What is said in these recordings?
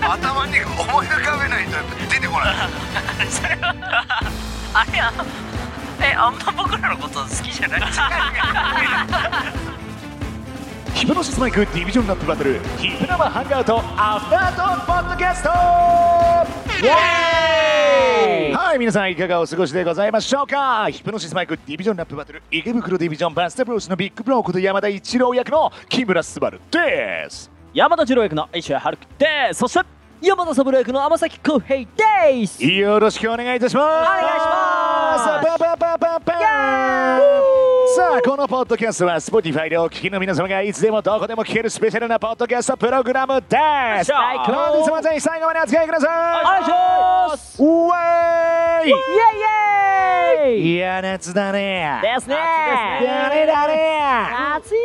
頭に思い浮かべないとやっぱ出てこないそれはあれやえあんま僕らのこと好きじゃないヒプノシスマイクディビジョンラップバトルヒプナマハンガートアフタートークポッドキャストイエーイはい皆さんいかがお過ごしでございましょうかヒプノシスマイクディビジョンラップバトル池袋ディビジョンバスタブロースのビッグブローこと山田一郎役の木村昴です山田次郎役の石原春樹ですそして山田三郎役の天崎浩平ですよろしくお願いいたしますお願いしまパすパパパパンさあこのポッドキャストは Spotify でお聞きの皆様がいつでもどこでも聞けるスペシャルなポッドキャストプログラムです最高本日もぜひ最後までお付き合いくだお願いしさますいウェイーエイイイエいイや熱だねですねだねだね暑いぜ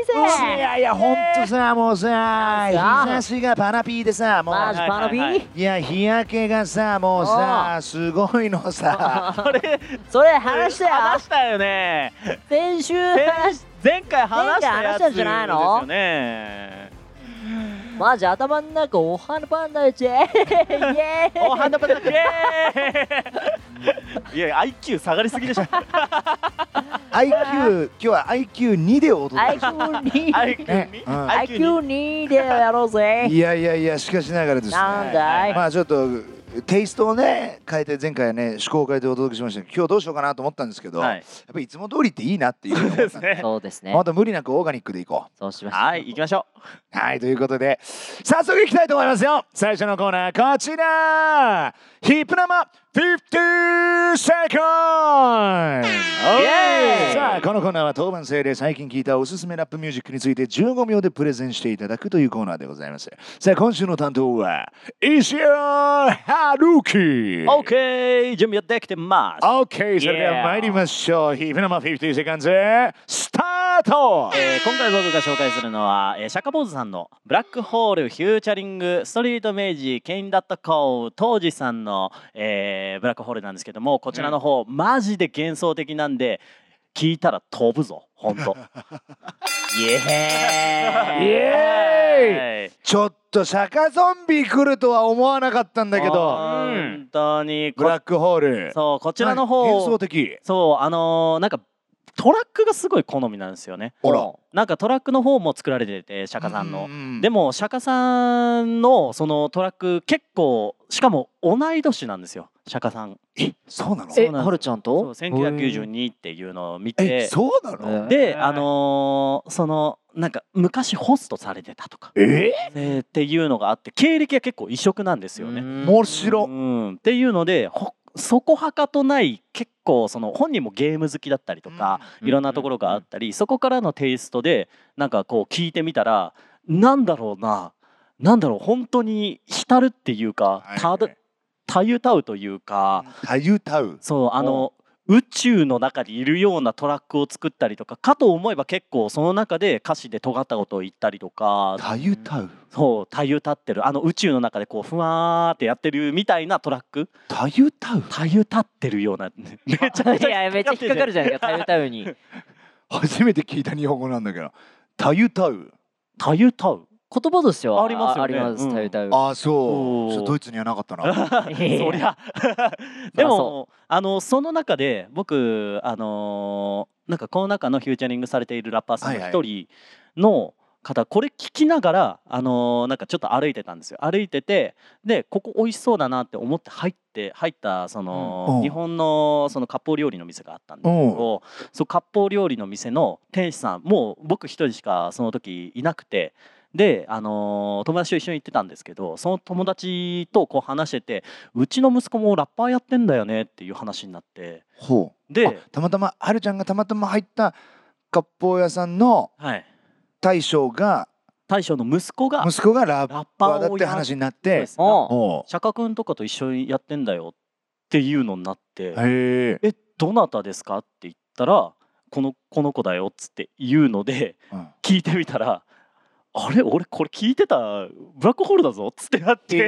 いやいやほんとさもうさ日なんす差かしがパラピーでさもうマジパラビはいはいはいいや日焼けがさもうさあすごいのさ あれそれ話したよ話したよね先週前話し前回話したや前回話しつたんじゃないのですよねマジ頭の中お花パンダうちイエーイお花畑イエーイいや IQ 下がりすぎでし ょ IQ 今日は IQ2 で踊った IQ2 IQ にうん IQ2 でやろうぜいやいやいやしかしながらですねなんだいまあちょっとテイストをね変えて前回はね趣向を変えてお届けしましたけど今日どうしようかなと思ったんですけど、はいやっぱりいつも通りっていいなっていうふうに思ったんでねそうですね本当無理なくオーガニックでいこそうしましたはい行きましょううはいということで早速いきたいと思いますよ最初のコーナーこちらヒプナマ50セコンドイエーイさあこのコーナーは当番制で最近聞いたおすすめラップミュージックについて15秒でプレゼンしていただくというコーナーでございますさあ今週の担当は石原春樹 OK 準備やってきてますオッケーそれでは参りましょうヒブナマ50セカンズスタートえー今回僕が紹介するのは、えー、シャカボーズさんの「ブラックホールフューチャリングストリート明治ケインダットコー当時さんの、えーブラックホールなんですけどもこちらの方、マジで幻想的なんで聞いたら飛ぶぞほん とイエーイイエちょっとシャカゾンビ来るとは思わなかったんだけど本当にブラッこクホールこそうこちらの方、幻想的そうあのーなんかトラックがすごい好みなんですよねあらなんかトラックの方も作られてて釈迦さんのううでも釈迦さんのそのトラック結構しかも同い年なんですよ釈迦さんえそうなのええそうなんはるちゃそんうと1992っていうのを見えてそうなのであのーそのなんか昔ホストされてたとか、ええーっていうのがあって経歴が結構異色なんですよね。面白うん、っていうのでほそこはかとない結構その本人もゲーム好きだったりとか、うんいろんなところがあったり、そこからのテイストでなんかこう聞いてみたらなんだろうななんだろう本当に浸るっていうかただたゆたうというか、たゆたうそうあの宇宙の中にいるようなトラックを作ったりとかかと思えば結構その中で歌詞で尖ったことを言ったりとかたゆたうそうたゆたってるあの宇宙の中でこうふわーってやってるみたいなトラックたゆたうたゆたってるよう なめちゃくちゃいやめっちゃ引っかかるじゃないかタイムタウンに初めて聞いた日本語なんだけどたゆたう たゆたう言葉としてはありますよねありますうんタイムタウンああそおうーそうドイツにはなか った なそりゃでもあのその中で僕あのーなんかこの中のフューチャリングされているラッパーさんのはい一は人の方これ聞きながらあのーなんかちょっと歩いてたんですよ歩いててでここ美味しそうだなって思って入って入ったそうんのうん日本のその割烹料理の店があったんですけどそう割烹料理の店の店主さんもう僕一人しかその時いなくてで、あのー友達と一緒に行ってたんですけどその友達とこう話しててうちの息子もラッパーやってんだよねっていう話になってほうあで、たまたまはるちゃんがたまたま入った割烹屋さんのはい、大将が大将の息子が息子がラッラッパパーだーっをてやっ話になっそうてですおほ釈迦君とかと一緒にやってんだよっていうのになっうてへえ「えどなたですか?」って言ったら「このこの子だよ」っつって言うのでうん聞いてみたら「あれ俺これ聞いてたブラックホールだぞ」っつってなって。へ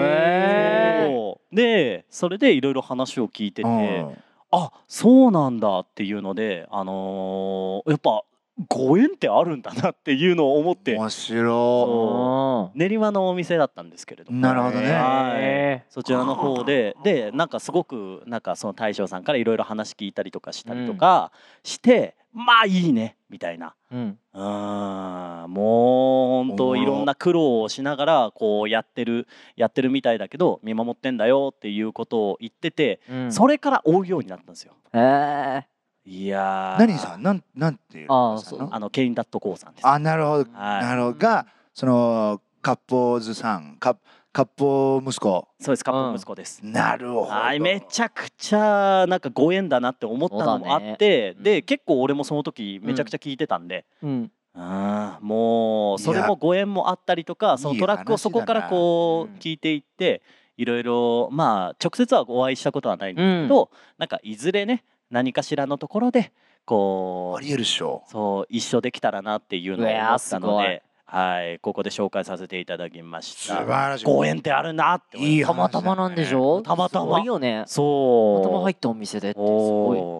えそうでそれでいろいろ話を聞いてて、うんあそうなんだっていうので、あのーやっぱご縁ってあるんだなっていうのを思って面白そお練馬のお店だったんですけれどもなるほどねはへい、そちらの方ででなんかすごくなんかその大将さんからいろいろ話聞いたりとかしたりとかして、まあいいねみたいなうんうーんもう本当いろんな苦労をしながらこうやってるやってるみたいだけど見守ってんだよっていうことを言ってて、うんそれから追うようになったんですよ。へえいやー何さんなんなんていうあのーさそんうのあのケインダットコーさんです。あなるほど、はいなるほどがその割烹図さん割割烹息子そうですカップル息子です。なるほどはいめちゃくちゃなんかご縁だなって思ったのもあって、そうだねで結構俺もその時めちゃくちゃ聞いてたんで、うんあーもうそれもご縁もあったりとかそのトラックをそこからこいい話だうな聞いていっていろいろまあ直接はお会いしたことはないんですけど、なんかいずれね何かしらのところでこありえるっしょうそう一緒できたらなっていうのをうわー思ったのすごで。はい、ここで紹介させていただきまし素た晴。らしいご縁ってあるなって思いまいいし話たたまたまなんでしょたまたますごいよねたそうまたま入ったお店でってすご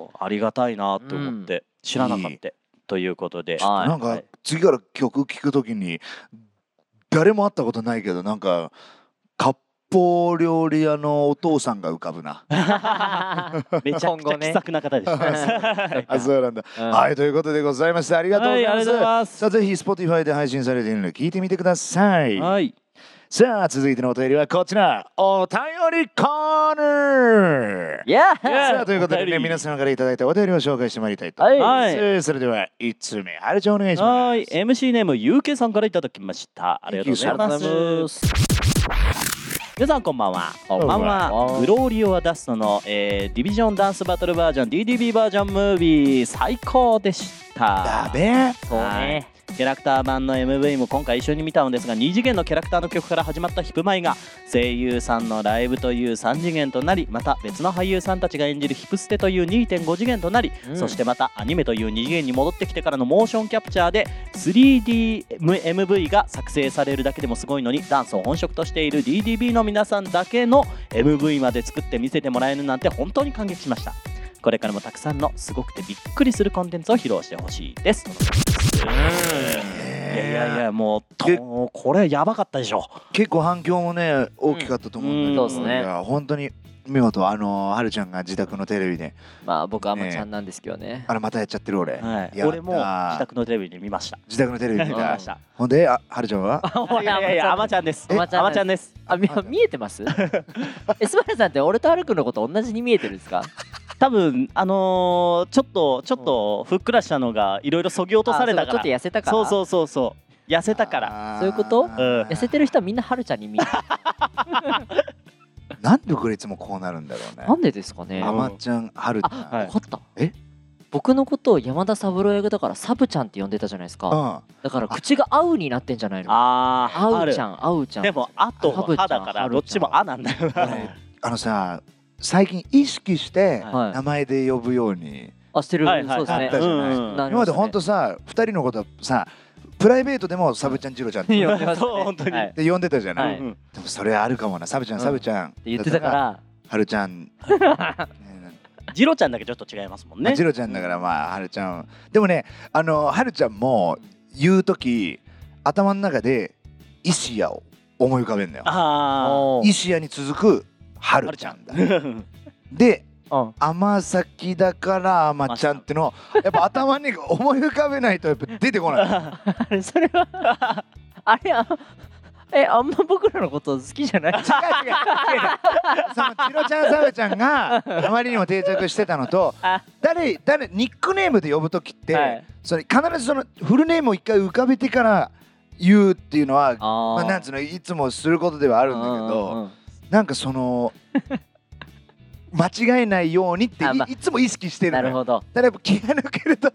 おーありがたいなって思って、知らなかったいいということでちょ っとはいなんはかい次から曲聴くときに誰も会ったことないけどなんか割烹料理屋のお父さんが浮かぶ な。いめちゃくちゃ気さくな方でした、はいあそうなんだ、 うんはいということでございましたありがとうございます,、はいありがとうございますさあぜひ Spotify で配信されているので聞いてみてください、はいさあ続いてのお便りはこちらお便りコーナーいやさあということで、お便ね、り皆様からいただいたお便りを紹介してまいりたいと思はいいまはす、いそれでは1通目はるちゃんお願いしますはい MC ネーム UK さんからいただきましたありがとうございます Thank you so 皆さんこんばんはここんんばばんんははグローリオアダストの、えーディビジョンダンスバトルバージョン DDB バージョンムービー最高でしただべそうねキャラクター版の MV も今回一緒に見たのですが2次元のキャラクターの曲から始まったヒプマイが声優さんのライブという3次元となりまた別の俳優さんたちが演じるヒプステという2.5次元となり、うんそしてまたアニメという2次元に戻ってきてからのモーションキャプチャーで 3DMV が作成されるだけでもすごいのにダンスを本職としている DDB の皆さんだけの MV まで作って見せてもらえるなんて本当に感激しましたこれからもたくさんのすごくてびっくりするコンテンツを披露してほしいですいやいやいやもうでとこれやばかったでしょ結構反響もね大きかったと思うんだけど、うんそうですねいや本当に見事あのはるちゃんが自宅のテレビでまあ僕あんまちゃんなんですけどね あれまたやっちゃってる俺、はいやった俺も自宅のテレビで見ました自宅のテレビ見見たましたほんであはるちゃんはいやいやいやあまちゃんですえあまちゃんですあみ 見え てますえスバルさんって俺とハルくんのこと同じに見えてるんですか多分あのーちょっとちょっとふっくらしたのがいろいろそぎ落とされたあそかうちょっとら痩せたからそうそうそうそう痩せたかららそういうことうん痩痩せてる人はみんなハルちゃんに見える なんでこれいつもこうなるんだろうねなんでですかねあまちゃんはるちゃんあ、はい分かったえ僕のことを山田三郎役だからサブちゃんって呼んでたじゃないですかうんだから口が合うになってんじゃないのあー合あうるちゃん合うちゃんでもあとハブち歯ゃんだかハらルちゃんどっちもあなんだよあのあのさ最近意識してははい名前で呼ぶようにあしてるはいはいそうですなねったじゃない、うんうんなり今までましたねほんとさ2人のことさプライベートでもサブちゃんジロちゃんっいてや呼んでましたねそう本当にはい呼んでたじゃない、はいうんでもそれあるかもなサブちゃんうんサブちゃん、って言ってたからはるちゃ ん、ねジロちゃんだけちょっと違いますもんまあねジロちゃんだからまあはるちゃんでもねあのはるちゃんも言う時頭の中で石屋を思い浮かべるんだよあおー石屋に続くはるちゃんだーでうん甘崎だから甘ちゃんってのをやっぱ頭に思い浮かべないとやっぱ出てこ ないあれそれはあれあえあんま僕らのこと好きじゃない違う違う違うそのチロちゃんサブちゃんがあまりにも定着してたのと あ誰誰ニックネームで呼ぶ時って、はいそれ必ずそのフルネームを一回浮かべてから言うっていうのはあまあ、なんつうのいつもすることではああるんだけど、うんうんなんかその間違えないようにってい,、あまあいつも意識してるなのるよほどただやっぱ気が抜けると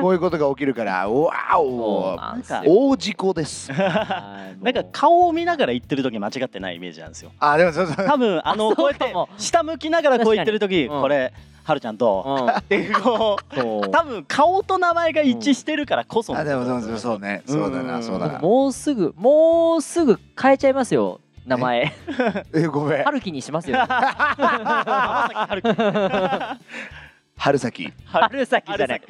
こういうことが起きるからわそうおなんですよ大事故 ですはいもう なんか顔を見ながら言ってる時間違ってないイメージなんですよあでもそうそう多分あのこうそうやっかても下向きながらこう言ってる時、確かにうんこれはるちゃんと、うんっていうこそうう多分顔と名前が一致してるからこそ、あでもそうそうそうねそうだうんうんうなんそうだなもうすぐもうすぐ変えちゃいますよ名前えごめん春樹にしますよ 浜崎春春樹先春先じゃない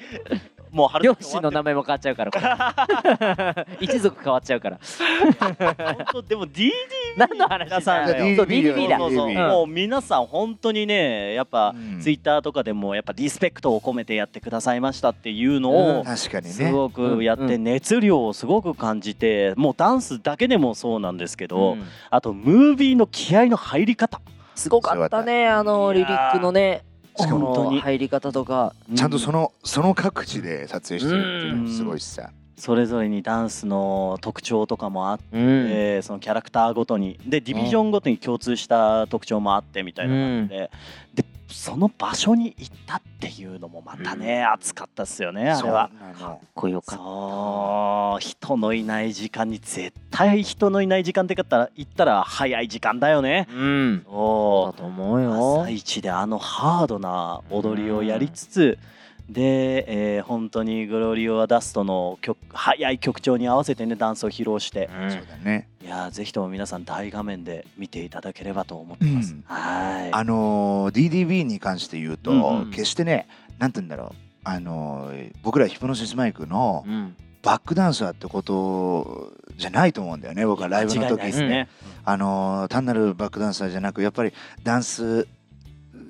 もう春両時終親わっのてる名前も変わっちゃうからこれ一族変わっちゃうから本当でも DDB 何の話皆さんだだよそう DDB だそうそうそううんもう皆さん本当にねやっぱ、うんツイッターとかでもやっぱリスペクトを込めてやってくださいましたっていうのを、確かにすね。ごくやっうんて熱量をすごく感じてもうダンスだけでもそうなんですけど、うんあとムービーの気合の入り方すごかったねあのリリックのねしかもあの入り方とかちゃんとそのその各地で撮影してるっていうのうんすごいしさ。それぞれにダンスの特徴とかもあって、うんそのキャラクターごとにでディビジョンごとに共通した特徴もあってみたいな感じで、でその場所に行ったっていうのもまたね、熱かったっすよねあそれうなは。の。こよかったそう人のいない時間に絶対人のいない時間って言ったら言ったら早い時間だよね。うんおだと思うよ朝一であのハードな踊りをやりつつ、で、えー本当に「グロリオア・ダスト」の曲速い曲調に合わせてねダンスを披露して、そうだね。いやーぜひとも皆さん大画面で見ていただければと思ってます。うんはーいあのー DDB に関して言うと、うんうん決してねなんて言うんだろうあのー僕らヒプノシスマイクのうんバックダンサーってことじゃないと思うんだよね僕はライブの間違い時ないにですね。あのー単なるバックダンサーじゃなくやっぱりダンス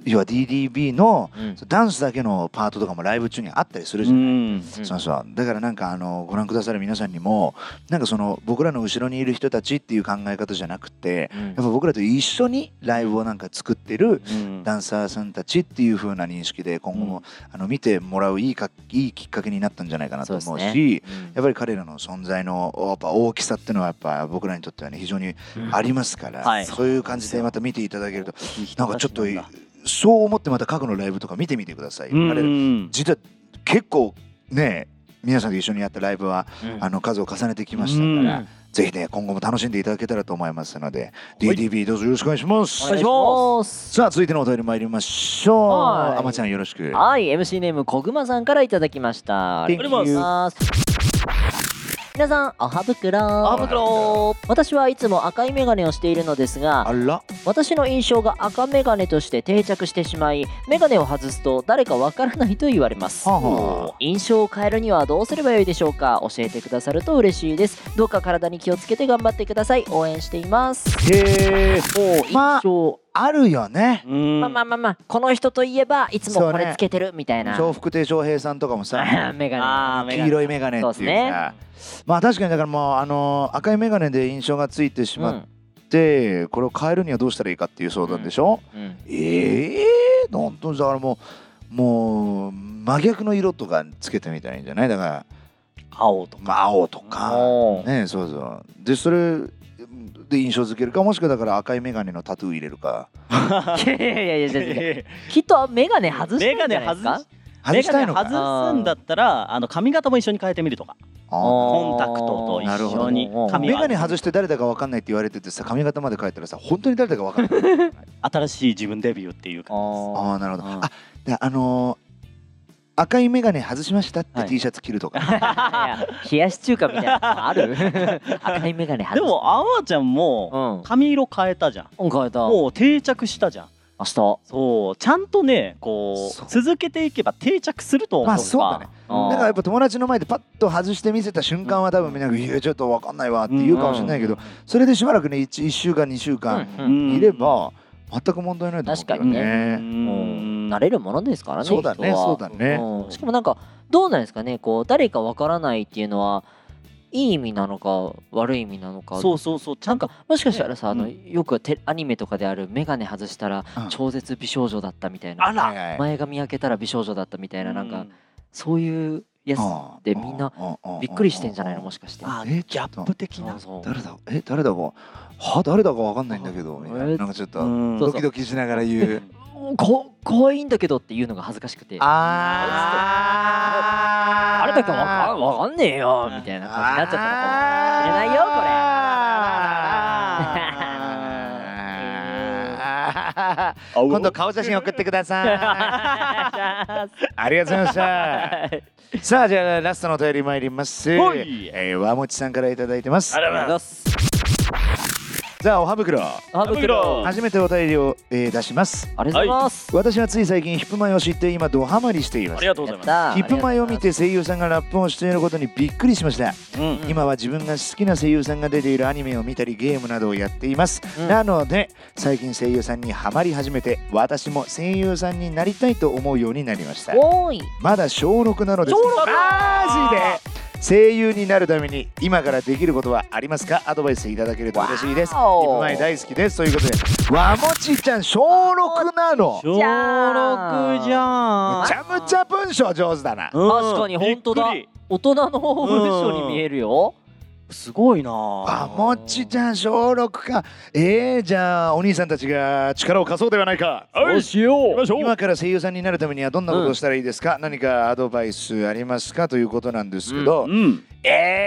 要は DDB のうんダンスだけのパートとかもライブ中にあったりするじうゃない。んそうそうだからなんかあのご覧くださる皆さんにもなんかその僕らの後ろにいる人たちっていう考え方じゃなくてうんやっぱ僕らと一緒にライブをなんか作ってるうんダンサーさんたちっていう風な認識で今後も、あの見てもらういいかいいきっかけになったんじゃないかなと思うしそうですやっぱり彼らの存在のやっぱ大きさっていうのはやっぱ僕らにとってはね非常にありますから、はいそういう感じでまた見ていただけるといい人なんたかちょっとなんだそう思ってまた過去のライブとか見てみてください。うん彼ら実は結構ね皆さんと一緒にやったライブは、うんあの数を重ねてきましたから、うんぜひね今後も楽しんでいただけたらと思いますので、い DDB どうぞよろしくお願いします。お願いしますさあ続いてのお便り参りましょう。はいあまちゃんよろしく。はい MC ネームこぐまさんからいただきましたありがとうございます皆さんおはぶくろおはぶくろ私はいつも赤いメガネをしているのですがあら、私の印象が赤メガネとして定着してしまいメガネを外すと誰かわからないと言われます、はあはあ印象を変えるにはどうすればよいでしょうか教えてくださると嬉しいですどうか体に気をつけて頑張ってください応援していますへえ、お印まあ象、あるよね。うんまあまあまあまあこの人といえばいつもこれつけてるみたいな、笑福亭笑瓶さんとかもさ、 メガあーメガ黄ネ色いメガネっていうか、まあ確かにだからもうあの赤いメガネで印象がついてしネうまっんて、これを変えるにはどうしたらいいかっていう相談でしょ。うんええー、本当にだからもうもう真逆の色とかつけてみたらいいんじゃない？だから青とかまあ青とか。おーねそうそうでそれで印象付けるかもしくはだから赤いメガネのタトゥー入れるか いやいやいやいや全然きっとメ ガネ外してるんじゃないですメガネか外したいのメガかネ外すんだったらあの髪型も一緒に変えてみるとかあーコンタクトと一緒になるほど髪メをガネ外して誰だか分かんないって言われててさ髪型まで変えたらさ本当に誰だか分かん ない新しい自分デビューっていうかああなるほどうんあであのー赤いメガネ外しましたっはてい T シャツ着るとか、いや冷やし中華みたいなのある赤いメガネ外ですもあまちゃんうもん髪色変えたじゃん今回だもう定着したじゃん明日そうちゃんとねこそうう続けていけば定着すると思うまあそうだねあーだからやっぱ友達の前でパッと外して見せた瞬間は多分みんなが「いやちょっと分かんないわ」って言うかもしれないけど、それでしばらくね 1, 週間2週間うんうんいれば全く問題ないと思うけど確かにね。うん慣れるものですからねそうだね人はそうだね、うんしかもなんかどうなんですかねこう誰かわからないっていうのはいい意味なのか悪い意味なのかそうそうそうちゃんともしかしたらさ、あのうよくテアニメとかである眼鏡外したらうん超絶美少女だったみたいな、あらはいはい前髪開けたら美少女だったみたいな、なんうかそういうやつってみんなびっくりしてんじゃないのもししかして。あえギャップ的なそうそう誰だえ誰だかは誰だかわかんないんだけどみたいなえなんかちょっとうんそうドキドキしながら言 ううんこ怖いんだけどっていうのが恥ずかしくてああれだかわかわかんねえよみたいな感じになっちゃったのかも。知れないよこれあー今度顔写真送ってくださいありがとうございました さあじゃあラストのお便り参ります。はいえー、和持さんからいただいてます。ありがとうございますじゃあお歯袋あ歯袋初めてお便りを、えー出しますありがとうございます。私はつい最近ヒップマイを知って今ドハマりしていまあすりがとうございまやったヒップマイを見て声優さんがラップをしていることにびっくりしましたす。うん今は自分が好きな声優さんが出ているアニメを見たりゲームなどをやっています、うんなので最近声優さんにハマり始めて私も声優さんになりたいと思うようになりましたおーい。まだ小6なのです小マジで声優になるために今からできることはありますかアドバイスいただけると嬉しいですわお今前大好きですということでわもちちゃん小6なの小六じゃんむち。ゃむちゃ文章上手だなうん確かに本当だびっく大人の文章に見えるよ。りすごいな。あもちちゃん小6かえー、じゃあお兄さんたちが力を貸そうではないかそうしよう。今から声優さんになるためにはどんなことをしたらいいですか、何かアドバイスありますかということなんですけど、うん。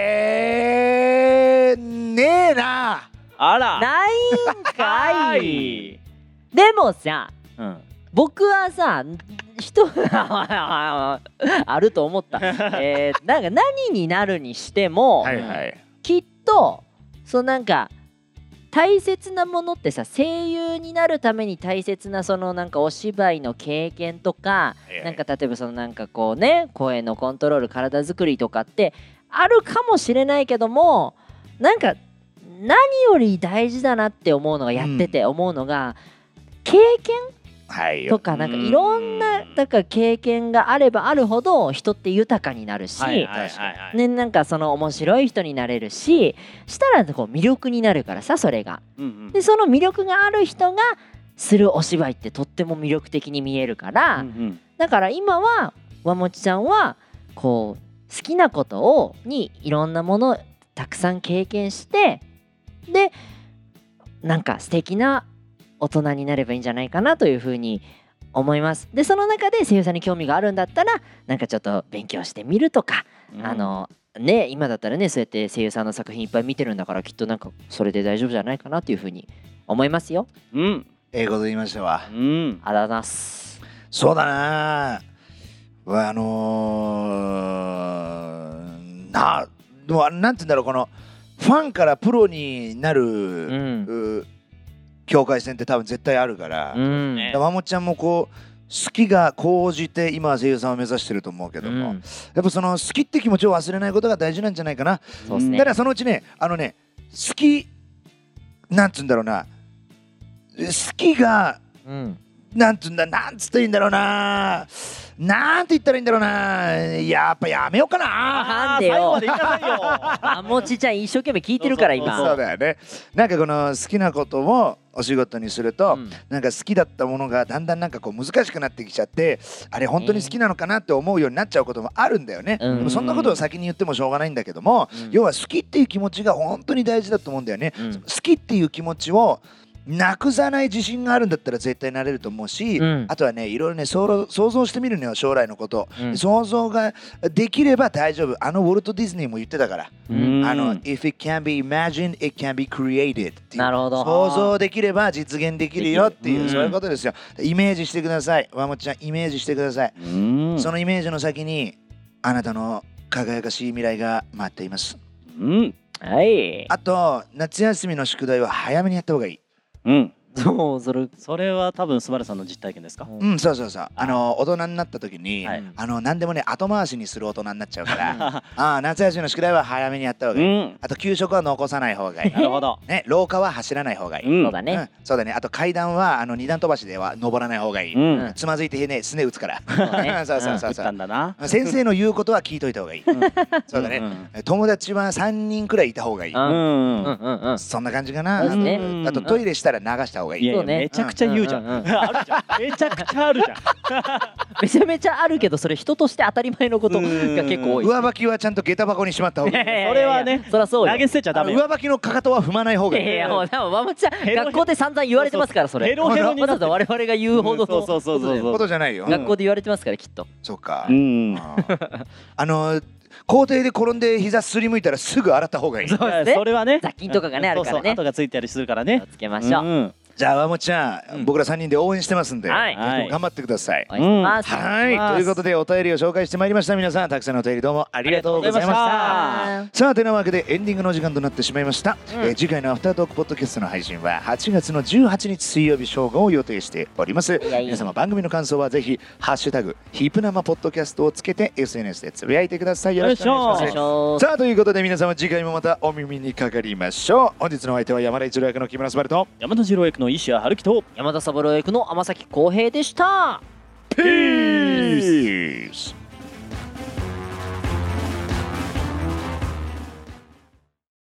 えー、ねえなあら。ないんかい。でもさ、うん。僕はさ、人あると思 った。えー、なんか何になるにしても、はいはいきっとそのなんか大切なものってさ声優になるために大切なそのなんかお芝居の経験とか、はいはいなんか例えばそのなんかこうね声のコントロール体作りとかってあるかもしれないけどもなんか何より大事だなって思うのがやってて思うのが、経験はいとよかなんかうんいろんなだから経験があればあるほど人って豊かになるし、はいはいはいはい。ね、なんかその面白い人になれるししたらこう魅力になるからさそれがうんうん。でその魅力がある人がするお芝居ってとっても魅力的に見えるから、うんうんだから今はわもちちゃんはこう好きなことをにいろんなものをたくさん経験してでなんか素敵な大人になればいいんじゃないかなというふうに思いますでその中で声優さんに興味があるんだったらなんかちょっと勉強してみるとかうんあのね今だったらねそうやって声優さんの作品いっぱい見てるんだからきっとなんかそれで大丈夫じゃないかなというふうに思いますよ。うんええこと言いましたわうんありがとうございます。そうだなわあのー、なわなんて言うんだろうこのファンからプロになうる、ん。う境界線って多分絶対あるから、うん。ねだからまもちゃんもこう好きが高じて今は声優さんを目指してると思うけども、うんやっぱその好きって気持ちを忘れないことが大事なんじゃないかな、そうですね。ただそのうちねあのね好きなんつうんだろうな好きがうん。なんつうんだなんつっていいんだろうななんて言ったらいいんだろうなやっぱやめようかななんでよ最後まで言いなさいよ。あもちちゃん一生懸命聞いてるからあそ今。うだよねなんかこの好きなことをお仕事にすると、うんなんか好きだったものがだんだんなんかこう難しくなってきちゃってあれ本当に好きなのかなって思うようになっちゃうこともあるんだよね、うんでもそんなことを先に言ってもしょうがないんだけども、うん要は好きっていう気持ちが本当に大事だと思うんだよね、うん好きっていう気持ちをなくさない自信があるんだったら絶対なれると思うし、うんあとはねいろいろね想想像してみるのよ将来のこと、うん想像ができれば大丈夫あのウォルト・ディズニーも言ってたから、うんあの If it can be imagined, it can be created っていうなるほど想像できれば実現できるよっていう、うんそういうことですよイメージしてくださいわもちゃんイメージしてください、うんそのイメージの先にあなたの輝かしい未来が待っていますうんはい。あと夏休みの宿題は早めにやった方がいいうん。そうそれ。それは多分スバルさんの実体験ですか。うんそうそうそうあの大人になった時に、はいあの何でもね後回しにする大人になっちゃうからああ夏休みの宿題は早めにやった方うがいい、ん。あと給食は残さない方がいい なるほど。ね廊下は走らない方がいい、んそうだうね。ん、そうだねあと階段はあの二段飛ばしでは登らない方がいい、うん。つまずいてねすね打つからそうだね そうそう打そうっそたんうだな。先生の言うことは聞いといた方がいい、んそうだね、ん友達は3人くらいいた方がいい、ううんん。うんう。うんんうん。そんな感じかな、そうですねあとトイレしたら流した方がいいい、やいそやうねめちゃくちゃ言うじゃん。うんうんう んあるじゃん。めちゃくちゃあるじゃん。めちゃめちゃあるけどそれ人として当たり前のことが結構多い。上履きはちゃんと下駄箱にしまった方がいいいやいやいやそれはねそりゃそうよ。投げ捨てちゃダあメのよ。上履きのかかとは踏まない方いがやいいいやもう多分わもちゃんヘロ学校で散々言われてますからそれ。ヘロヘロになわってざわざ我々が言うほどのそうそうそうそうそうことじゃないよ、学校で言われてますからきっと。そうか、うん。あ あの校庭で転んで膝すりむいたらすぐ洗った方がいいそうですいやねそ。れはね。雑菌とかがねあるかそらねうそう跡がついたりするからね。つけましょう。んじゃあ、わもちゃん、うん僕ら3人で応援してますんで、はいはい頑張ってください。お願いします。はい、ということでお便りを紹介してまいりました皆さんたくさんのお便りどうもありがとうございましたあさあてなわけでエンディングの時間となってしまいました、うんえー次回のアフタートークポッドキャストの配信は8月の18日水曜日正午を予定しておりますいやいい皆様番組の感想はぜひハッシュタグヒプナマポッドキャストをつけて SNS でつぶやいてくださいよろしくお願いしますよいしーさあということで皆様次回もまたお耳にかかりましょう本日のお相手は山田一郎役の木村昴と山田次郎役の石谷春樹と山田三郎役の天崎浩平でした。